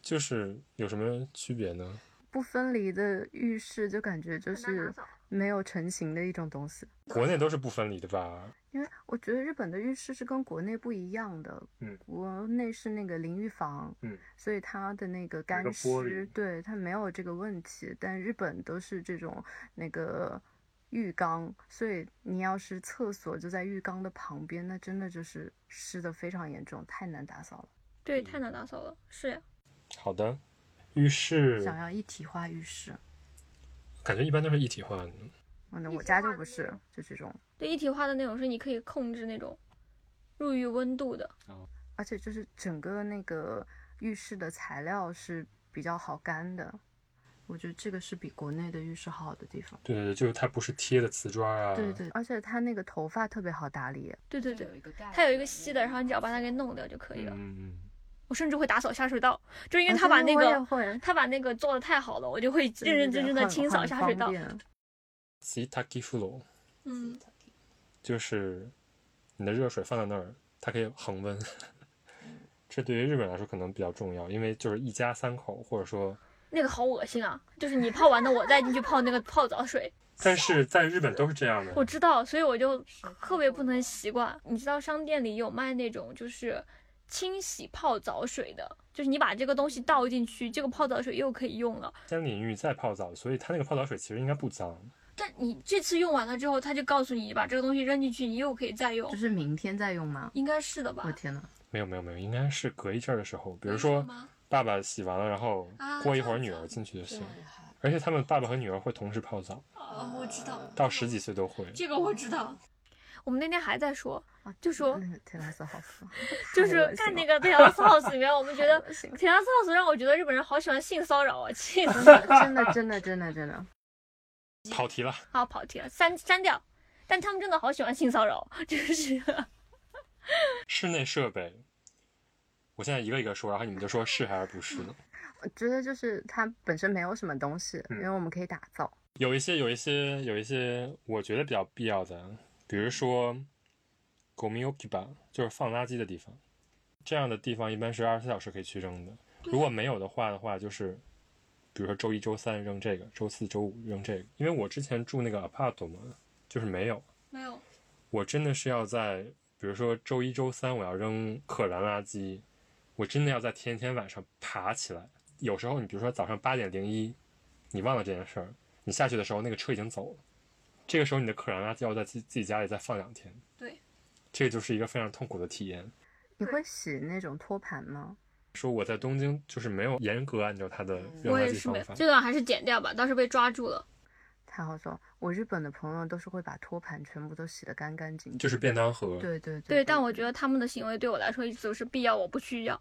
S1: 就是有什么区别呢？
S3: 不分离的浴室就感觉就是没有成型的一种东西。
S1: 国内都是不分离的吧？
S3: 因为我觉得日本的浴室是跟国内不一样的，
S1: 嗯
S3: 国内是那个淋浴房，
S1: 嗯，
S3: 所以它的那个干
S5: 个玻
S3: 湿，
S5: 璃
S3: 对它没有这个问题，但日本都是这种那个浴缸，所以你要是厕所就在浴缸的旁边，那真的就是湿的非常严重，太难打扫了。
S2: 对，太难打扫了。是呀，
S1: 好的，浴室
S3: 想要一体化浴室，
S1: 感觉一般都是一体化的。
S3: 嗯，那
S4: 一
S3: 我
S4: 体
S3: 家
S4: 化
S3: 就
S4: 的
S3: 不是
S4: 那，
S3: 就这种，
S2: 对一体化的那种是你可以控制那种入浴温度的。
S3: 而且就是整个那个浴室的材料是比较好干的，我觉得这个是比国内的浴室好的地方。
S1: 对对对，就是它不是贴的瓷砖啊，
S3: 对对，而且它那个头发特别好打理。
S2: 对对对，
S5: 有一个盖，
S2: 它有一个细的，然后你只要把它给弄掉就可以了。
S1: 嗯，嗯
S2: 我甚至会打扫下水道，就因为
S3: 啊
S2: 他把那
S3: 对我也
S2: 个
S3: 会
S2: 他把那个做的太好了，我就会认认真真的清扫下水道。
S1: s i t a k i f u l o
S4: 嗯，
S1: 就是你的热水放在那儿，它可以恒温。 这对于日本人来说可能比较重要，因为就是一家三口，或者说，
S2: 那个好恶心啊！就是你泡完的，我再进去泡那个泡澡水，
S1: 但是在日本都是这样的。
S2: 我知道，所以我就特别不能习惯。你知道商店里有卖那种就是清洗泡澡水的，就是你把这个东西倒进去，这个泡澡水又可以用了。
S1: 先淋浴再泡澡，所以它那个泡澡水其实应该不脏。
S2: 但你这次用完了之后，他就告诉你把这个东西扔进去，你又可以再用
S3: 就，是明天再用吗？
S2: 应该是的吧
S3: 我？天呐，
S1: 没有没有没有，应该是隔一阵儿的时候，比
S4: 比
S1: 如说爸爸洗完了，然后
S4: 啊
S1: 过一会儿
S4: 这样
S1: 女
S4: 子
S1: 儿进去就行。
S5: 好
S1: 而且他们爸爸和女儿会同时泡澡，
S4: 哦，我知道，
S1: 到十几岁都会。
S4: 这个我知道，
S2: 我们那天还 在说，
S3: 啊
S2: 就说
S3: 那个天蓝色好爽，
S2: 就是看那个《Terrace House》里面，我们 觉得
S3: 恶心
S2: 《Terrace House》让我觉得日本人好喜欢性骚扰啊， 气死！
S3: 真的真的真的真的，
S1: 跑题了，
S2: 好跑题了，删删掉。但他们真的好喜欢性骚扰， 就是
S1: 室内设备，我现在一个一个说，然后你们就说是还是不是。
S4: 嗯
S3: 我觉得就是它本身没有什么东西，
S1: 嗯
S3: 因为我们可以打造。
S1: 有一些，有一些，有一些，我觉得比较必要的，比如说 g o m i o k i b a 就是放垃圾的地方，这样的地方一般是二十四小时可以去扔的。
S4: 啊
S1: 如果没有的话的话，就是比如说周一周三扔这个，周四周五扔这个。因为我之前住那个 apart 嘛，就是没有，
S4: 没有，
S1: 我真的是要在，比如说周一周三我要扔可燃垃圾，我真的要在前一天晚上爬起来。有时候你比如说早上八点零一，你忘了这件事儿，你下去的时候那个车已经走了，这个时候你的可燃垃圾要在自自己家里再放两天。
S4: 对，
S1: 这个就是一个非常痛苦的体验。
S3: 你
S4: 对
S3: 会洗那种托盘吗？
S1: 说我在东京就是没有严格按照它的扔
S2: 嗯我
S1: 垃
S2: 也
S1: 圾
S2: 是没
S1: 方法，
S2: 这段还是剪掉吧，当时被抓住了。
S3: 太好笑了！我日本的朋友都是会把托盘全部都洗得干干净净。
S1: 就是便当盒。
S3: 对对对
S2: 对，但我觉得他们的行为对我来说一直都是必要，我不需要。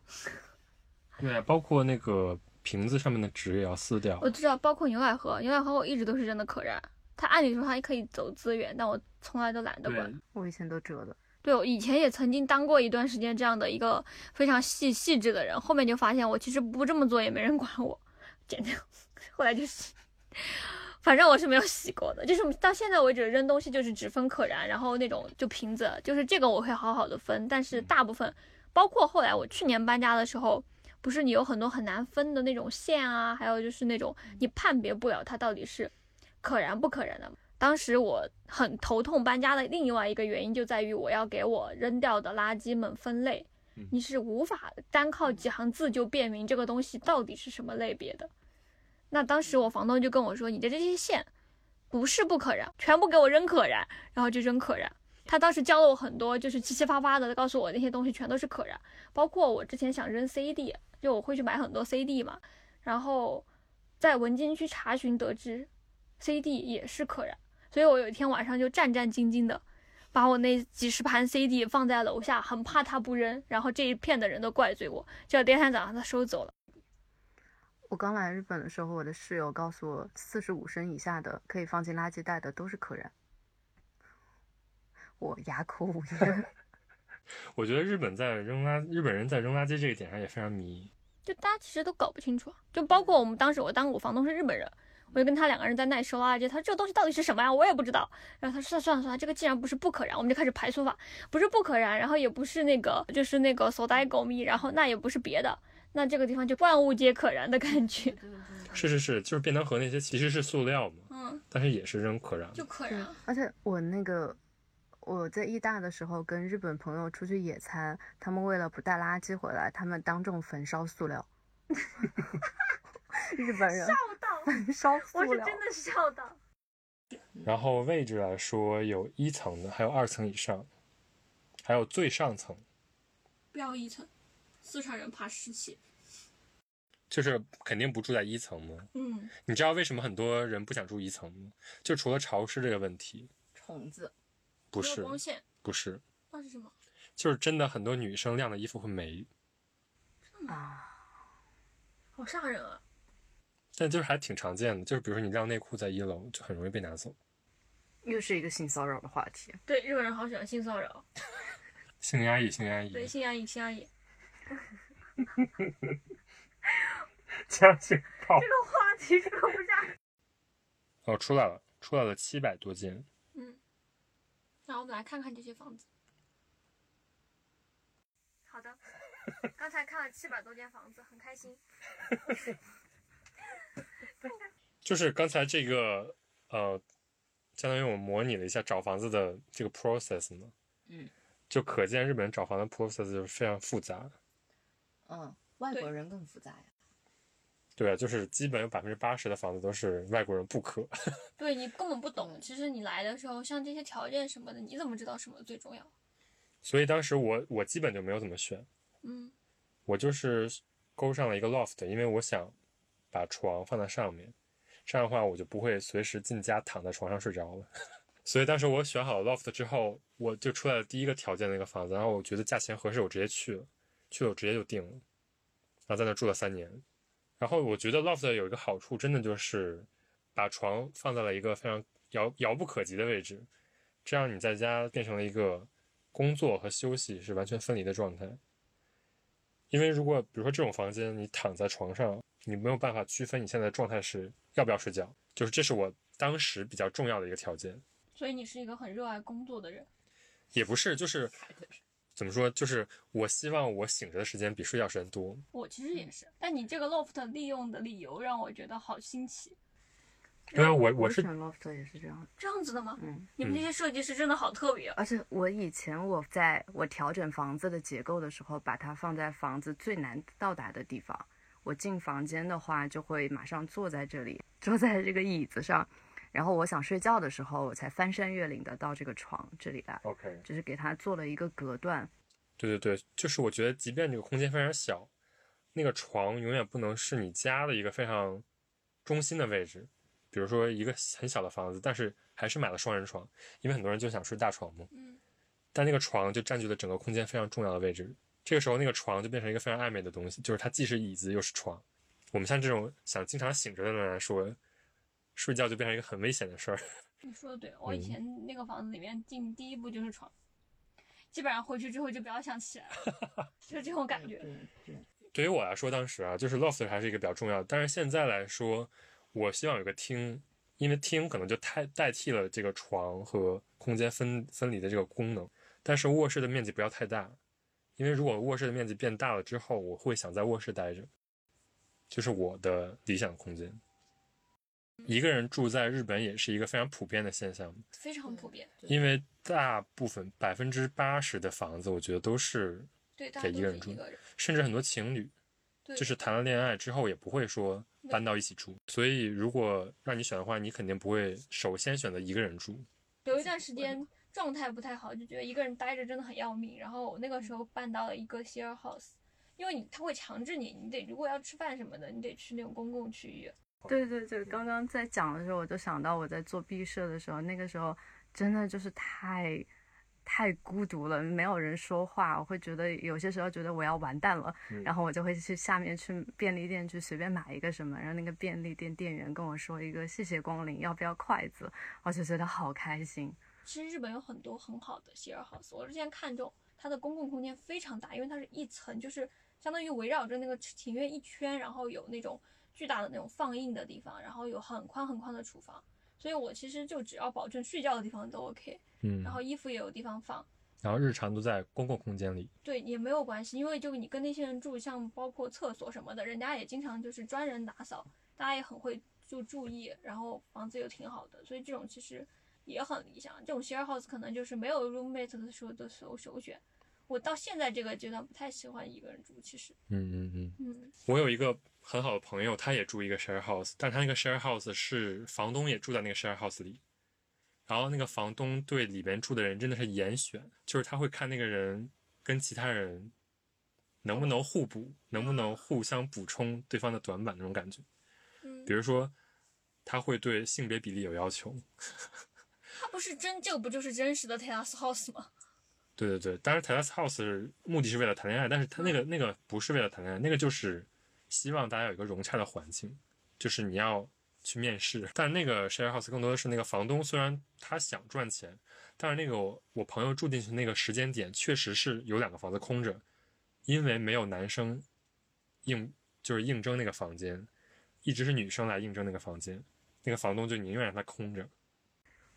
S1: 对啊，包括那个瓶子上面的纸也要撕掉
S2: 我。知道，包括牛奶盒，牛奶盒我一直都是扔的可燃。它按理说它可以走资源，但我从来都懒得管
S1: 对。，
S3: 我以前都折的。
S2: 对，我以前也曾经当过一段时间这样的一个非常细细致的人，后面就发现我其实不这么做也没人管我，剪掉。后来就是，反正我是没有洗过的，就是到现在为止扔东西就是只分可燃，然后那种就瓶子，就是这个我会好好的分，但是大部分，包括后来我去年搬家的时候。不是你有很多很难分的那种线啊，还有就是那种你判别不了它到底是可燃不可燃的，当时我很头痛搬家的另外一个原因就在于我要给我扔掉的垃圾们分类
S1: 嗯，
S2: 你是无法单靠几行字就辨明这个东西到底是什么类别的。那当时我房东就跟我说：“你的这些线不是不可燃，全部给我扔可燃。”然后就扔可燃。他当时教了我很多，就是七七八八的告诉我那些东西全都是可燃，包括我之前想扔 CD，就我会去买很多 CD 嘛，然后在文津区查询得知 CD 也是可燃。所以我有一天晚上就战战兢兢的把我那几十盘 CD 放在楼下，很怕他不扔，然后这一片的人都怪罪我。结果第二天早上他收走了，
S3: 我刚来日本的时候，我的室友告诉我，四十五升以下的可以放进垃圾袋的都是可燃。我哑口无 言。
S1: 我觉得日本在扔垃，日本人在扔垃圾这一点上也非常迷。
S2: 就大家其实都搞不清楚，啊就包括我们当时我当我房东是日本人。我就跟他两个人在那里收垃圾，他说啊这个东西到底是什么呀？我也不知道。然后他说算了算了，这个既然不是不可燃，我们就开始排除法，不是不可燃，然后也不是那个就是那个索带狗咪，然后那也不是别的，那这个地方就万物皆可燃的感觉。
S1: 是是是，就是便当盒那些其实是塑料嘛，
S4: 嗯，
S1: 但是也是扔可燃。
S4: 就可 燃，
S3: 而且我那个我在义大的时候，跟日本朋友出去野餐，他们为了不带垃圾回来，他们当众焚烧塑料。 日本人
S2: 到，
S3: 焚烧塑料，
S2: 的笑到。
S1: 然后位置来说，有一层的，还有二层以上，还有最上层，
S4: 不要一层，四川人怕湿气，
S1: 就是肯定不住在一层嘛。
S4: 嗯，
S1: 你知道为什么很多人不想住一层吗？就除了潮湿这个问题，
S5: 虫子，
S1: 不
S4: 没有
S1: 是
S4: 光线，
S1: 不是，
S4: 那是什么？
S1: 就是真的很多女生晾的衣服会霉，
S3: 啊，
S2: 好吓人啊！
S1: 但就是还挺常见的，就是比如说你晾内裤在一楼，就很容易被拿走。
S3: 又是一个性骚扰的话题。
S2: 对，日本人好喜欢性骚扰，
S1: 性压抑，性压抑，
S2: 对，性压抑，性压抑。
S1: 加性炮。
S2: 这个话题说不下去。
S1: 哦，出来了，出来了七百多间。
S2: 嗯那我们来看看这些房子。好的，刚才看了七百多间房子，很开心。
S1: 就是刚才这个呃，相当于我模拟了一下找房子的这个 process 嘛，
S3: 嗯，
S1: 就可见日本人找房的 process 就是非常复杂，
S3: 嗯，外
S2: 对
S3: 国人更复杂呀。
S1: 对啊，就是基本有百分之八十的房子都是外国人不可，
S2: 对你根本不懂，其实你来的时候，像这些条件什么的，你怎么知道什么最重要？
S1: 所以当时我我基本就没有怎么选，
S2: 嗯，
S1: 我就是勾上了一个 loft，因为我想把床放在上面，这样的话我就不会随时进家躺在床上睡着了。 所以当时我选好了 loft 之后，我就出来了第一个条件的那个房子，然后我觉得价钱合适，我直接去了，去了我直接就定了，然后在那住了三年。然后我觉得 loft 有一个好处，真的就是把床放在了一个非常遥遥不可及的位置，这样你在家变成了一个工作和休息是完全分离的状态。因为如果比如说这种房间，你躺在床上，你没有办法区分你现在的状态是要不要睡觉，就是这是我当时比较重要的一个条件，
S2: 所以你是一个很热爱工作的人。
S1: 也不是就是怎么说，就是我希望我醒着的时间比睡觉时间多，
S2: 我其实也是，但你这个 loft 利用的理由让我觉得好新奇。
S1: 因为啊我我是
S3: 选 loft 也是这样，
S2: 这样子的吗？
S3: 嗯，
S2: 你们这些设计师真的好特别、啊。
S3: 而且我以前我在我调整房子的结构的时候，把它放在房子最难到达的地方。我进房间的话，就会马上坐在这里，坐在这个椅子上，然后我想睡觉的时候，我才翻山越岭的到这个床这里来，
S1: OK，
S3: 就是给它做了一个隔断。
S1: 对对对，就是我觉得即便这个空间非常小，那个床永远不能是你家的一个非常中心的位置，比如说一个很小的房子，但是还是买了双人床，因为很多人就想睡大床嘛。
S2: 嗯，
S1: 但那个床就占据了整个空间非常重要的位置。这个时候，那个床就变成一个非常暧昧的东西，就是它既是椅子又是床。我们像这种想经常醒着的人来说，睡觉就变成一个很危险的事儿。
S2: 你说的对，我以
S1: 嗯
S2: 前那个房子里面进第一步就是床，基本上回去之后就不要想起来了，就是这种感觉。
S3: 对对，
S1: 对于我来说，当时啊，就是 loft 还是一个比较重要的。但是现在来说，我希望有个厅，因为厅可能就代代替了这个床和空间分分离的这个功能。但是卧室的面积不要太大，因为如果卧室的面积变大了之后，我会想在卧室待着，就是我的理想空间。一个人住在日本也是一个非常普遍的现象，
S2: 非常普遍，
S1: 因为大部分百分之八十的房子，我觉得都是，
S2: 对，大家
S1: 给
S2: 都
S1: 一个
S2: 是
S1: 人住
S2: 一个人，
S1: 甚至很多情侣
S2: 对，
S1: 就是谈了恋爱之后也不会说搬到一起住，所以如果让你选的话，你肯定不会首先选择一个人住。
S2: 有一段时间状态不太好，就觉得一个人待着真的很要命。然后我那个时候搬到了一个 share house，因为你他会强制你，你得如果要吃饭什么的，你得去那种公共区域。
S3: 对对对，刚刚在讲的时候，我就想到我在做毕设的时候，那个时候真的就是太太孤独了，没有人说话，我会觉得有些时候觉得我要完蛋了，
S1: 嗯
S3: 然后我就会去下面去便利店去随便买一个什么，然后那个便利店店员跟我说一个谢谢光临，要不要筷子，我就觉得好开心。
S2: 其实日本有很多很好的 share house，我之前看中它的公共空间非常大，因为它是一层，就是相当于围绕着那个庭院一圈，然后有那种巨大的那种放映的地方，然后有很宽很宽的厨房，所以我其实就只要保证睡觉的地方都 OK，
S1: 嗯
S2: 然后衣服也有地方放，
S1: 然后日常都在公共空间里，
S2: 对，也没有关系，因为就你跟那些人住，像包括厕所什么的，人家也经常就是专人打扫，大家也很会就注意，然后房子又挺好的，所以这种其实也很理想。这种 share house 可能就是没有 roommate 的时候的首首选。我到现在这个阶段不太喜欢一个人住，其实，
S1: 嗯嗯嗯。
S2: 嗯，
S1: 我有一个很好的朋友，他也住一个 share house，但他那个 share house 是房东也住在那个 share house 里，然后那个房东对里边住的人真的是严选，就是他会看那个人跟其他人能不能互补，能不能互相补充对方的短板那种感觉。
S2: 嗯
S1: 比如说，他会对性别比例有要求，
S2: 它不是真，这个不就是真实的 Terrace House 吗？
S1: 对对对，当然 Terrace House 是目的是为了嗯谈恋爱，但是他那个那个不是为了谈恋爱，那个就是希望大家有一个融洽的环境。就是你要去面试。但是那个 share house 更多的是那个房东，虽然他想赚钱，但是那个我我朋友住进去那个时间点，确实是有两个房子空着，因为没有男生应就是应征那个房间，一直是女生来应征那个房间，那个房东就宁愿让它空着。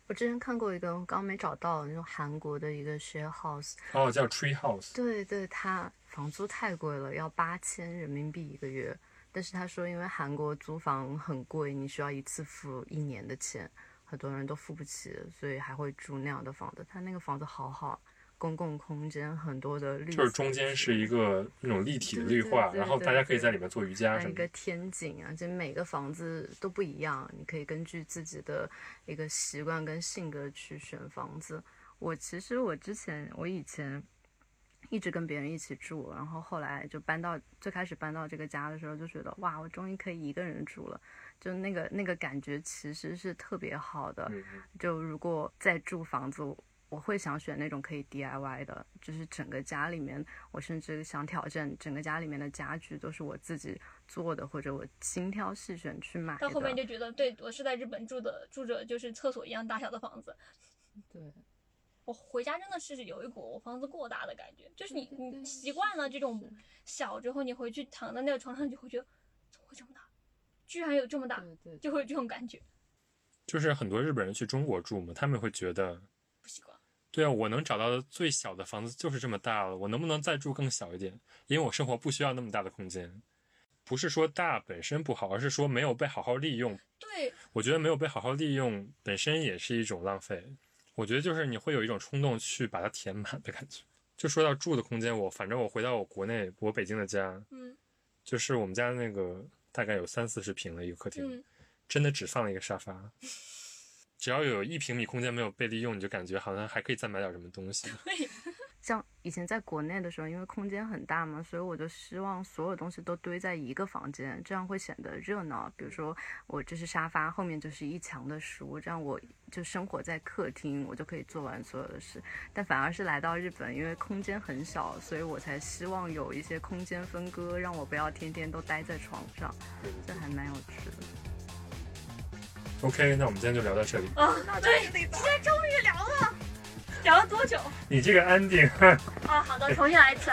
S3: 我之前看过一个，我刚没找到那种韩国的一个 share house，
S1: 哦，叫 tree house，
S3: 对对，它房租太贵了，要八千人民币一个月。但是他说，因为韩国租房很贵，你需要一次付一年的钱，很多人都付不起，所以还会住那样的房子。他那个房子好好，公共空间很多的绿色植
S1: 就
S3: 物，
S1: 是中间是一个那种立体的绿化，
S3: 嗯对对对
S1: 然后大家可以在里面做瑜伽
S3: 还
S1: 什
S3: 有一
S1: 么
S3: 个
S1: 的。
S3: 天井啊，就每个房子都不一样，你可以根据自己的一个习惯跟性格去选房子。我其实我之前我以前一直跟别人一起住，然后后来就搬到最开始搬到这个家的时候，就觉得哇，我终于可以一个人住了，就那个那个感觉其实是特别好的。
S1: 嗯嗯
S3: 就如果再住房子，我会想选那种可以 DIY 的，就是整个家里面，我甚至想挑战整个家里面的家具都是我自己做的，或者我精挑细选去买的。
S2: 到后面就觉得，对我是在日本住的，住着就是厕所一样大小的房子。
S3: 对，
S2: 我回家真的是有一股我房子过大的感觉，就是你
S3: 对对
S2: 你
S3: 对
S2: 习惯了这种
S3: 是
S2: 小之后，你回去躺在那个床上，你就会觉得怎么会这么大，居然有这么大，
S3: 对
S2: 就会有这种感觉，
S1: 就是很多日本人去中国住嘛，他们会觉得，
S2: 不习惯。
S1: 对啊，我能找到的最小的房子就是这么大了，我能不能再住更小一点？因为我生活不需要那么大的空间。不是说大本身不好，而是说没有被好好利用。
S2: 对，
S1: 我觉得没有被好好利用本身也是一种浪费。我觉得就是你会有一种冲动去把它填满的感觉。就说到住的空间，我反正我回到我国内，我北京的家，
S2: 嗯
S1: 就是我们家那个大概有三四十平的一个客厅，
S2: 嗯，
S1: 真的只放了一个沙发。只要有一平米空间没有被利用，你就感觉好像还可以再买点什么东西。
S3: 像以前在国内的时候，因为空间很大嘛，所以我就希望所有东西都堆在一个房间，这样会显得热闹。比如说，我这是沙发，后面就是一墙的书，这样我就生活在客厅，我就可以做完所有的事。但反而是来到日本，因为空间很小，所以我才希望有一些空间分割，让我不要天天都待在床上，这还蛮有趣的。
S1: OK，那我们今天就聊到这里。
S2: 啊，对，今天终于聊了，聊了多久？
S1: 你这个 ending，
S2: 哦啊，好的，重新来一次。